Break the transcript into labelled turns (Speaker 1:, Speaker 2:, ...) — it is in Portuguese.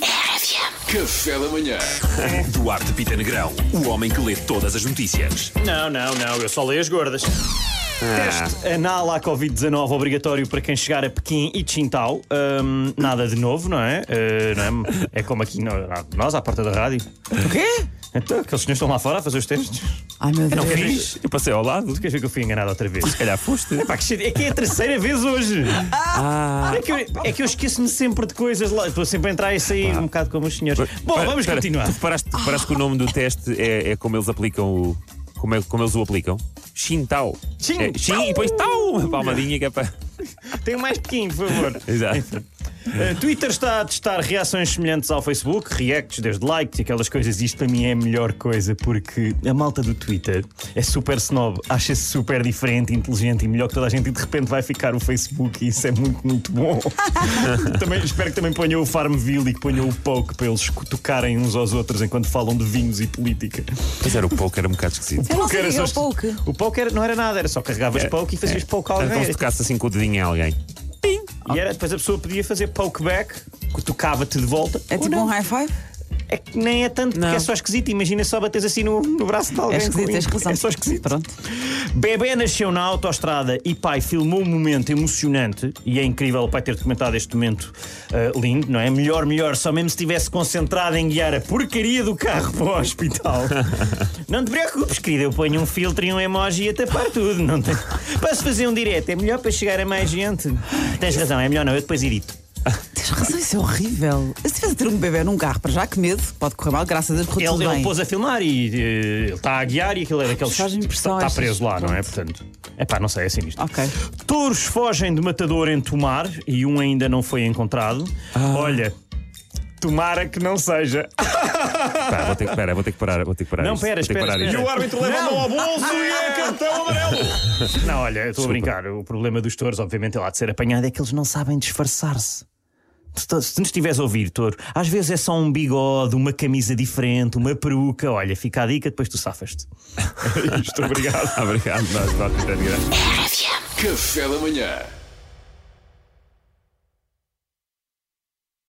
Speaker 1: FM.
Speaker 2: Café da manhã.
Speaker 3: Duarte Pita Negrão, o homem que lê todas as notícias.
Speaker 4: Não, não, não, eu só leio as gordas. Teste anal à Covid-19 obrigatório para quem chegar a Pequim e Qingdao. Hum, nada de novo, não é? Eh, não é? É como aqui no- nós, à porta da rádio.
Speaker 5: O quê?
Speaker 4: Então, aqueles senhores estão lá fora a fazer os testes.
Speaker 5: Ai meu
Speaker 4: Não
Speaker 5: Deus.
Speaker 4: fiz.
Speaker 3: Eu passei ao lado,
Speaker 4: Tu queres ver que eu fui enganado outra vez?
Speaker 3: se calhar foste.
Speaker 4: Pá, que cheiro- é que é a terceira vez hoje.
Speaker 3: Ah,
Speaker 4: É que eu, é que eu esqueço-me sempre de coisas lá. Estou sempre a entrar e sair um bocado como os senhores. Bom,
Speaker 3: Espera,
Speaker 4: vamos
Speaker 3: espera,
Speaker 4: continuar.
Speaker 3: Tu reparaste, reparaste que o nome do teste é, é como eles aplicam o. Como, é- como eles o aplicam? Xintao.
Speaker 4: Xin
Speaker 3: É, xin e depois tau! Uma palmadinha que é para.
Speaker 4: Tem mais Pequim, por favor.
Speaker 3: Exato.
Speaker 4: Uh, Twitter está a testar reações semelhantes ao Facebook, reacts, desde likes e aquelas coisas. Isto para mim é a melhor coisa porque a malta do Twitter é super snob, acha-se super diferente, inteligente e melhor que toda a gente e de repente vai ficar o Facebook e isso é muito, muito bom. também, espero que também ponham o Farmville e que ponham o Poke para eles cutucarem uns aos outros enquanto falam de vinhos e política.
Speaker 3: Mas era o pouco, era um bocado esquisito.
Speaker 5: Eu não
Speaker 4: Poke
Speaker 5: sei
Speaker 4: era
Speaker 5: o que é
Speaker 4: só-
Speaker 5: o É, poke.
Speaker 4: O Poke era- não era nada, era só carregavas Poke e fazias Poke a
Speaker 3: Era
Speaker 5: Então
Speaker 3: como
Speaker 4: alguém.
Speaker 3: É. se tocasse assim com o dedinho em alguém.
Speaker 4: E era, depois a pessoa podia fazer poke back, tocava-te de volta.
Speaker 5: É
Speaker 4: ou
Speaker 5: tipo
Speaker 4: não.
Speaker 5: um high five?
Speaker 4: É que nem é tanto,
Speaker 3: Não.
Speaker 4: porque é só esquisito. Imagina só bateres assim no, no braço de alguém.
Speaker 5: É esquisito, tens razão.
Speaker 4: É só esquisito.
Speaker 5: Pronto.
Speaker 4: Bebê nasceu na autoestrada e pai filmou um momento emocionante e é incrível o pai ter documentado este momento ah, lindo, não é? Melhor, melhor, só mesmo se estivesse concentrado em guiar a porcaria do carro para o hospital. não te preocupes, querida, eu ponho um filtro e um emoji a tapar tudo, não tem? Para se fazer um direto, é melhor para chegar a mais gente. Tens razão, é melhor não, eu depois edito.
Speaker 5: Tens razão, isso é horrível. Eu Se tivesse a ter um bebê num carro, para já que medo, pode correr mal, graças a Deus correu tudo
Speaker 4: Ele, ele
Speaker 5: bem.
Speaker 4: pôs a filmar e eh, ele está a guiar e aquilo é daqueles.
Speaker 5: Faz impressão,
Speaker 4: Está
Speaker 5: achas?
Speaker 4: preso lá, não é? Portanto. É pá, não sei, é assim isto.
Speaker 5: Ok.
Speaker 4: Touros fogem de matador em Tomar e um ainda não foi encontrado.
Speaker 5: Ah.
Speaker 4: Olha, tomara que não seja.
Speaker 3: Pá, vou ter que parar, vou ter que parar, vou ter que parar.
Speaker 4: Não,
Speaker 3: isto,
Speaker 4: pera,
Speaker 3: vou ter que
Speaker 4: espera,
Speaker 3: parar
Speaker 4: espera.
Speaker 3: isto.
Speaker 4: árbitro leva a mão ao bolso e é cartão amarelo. Não, olha, eu estou a brincar. O problema dos touros, obviamente, é lá de ser apanhado, é que eles não sabem disfarçar-se. Se tu- Se nos estiveres a ouvir, touro, às vezes é só um bigode, uma camisa diferente, uma peruca. Olha, fica a dica, depois tu safas-te.
Speaker 3: Obrigado, obrigado. Nós, nós, nós, nós.
Speaker 1: RFM.
Speaker 2: Café da manhã.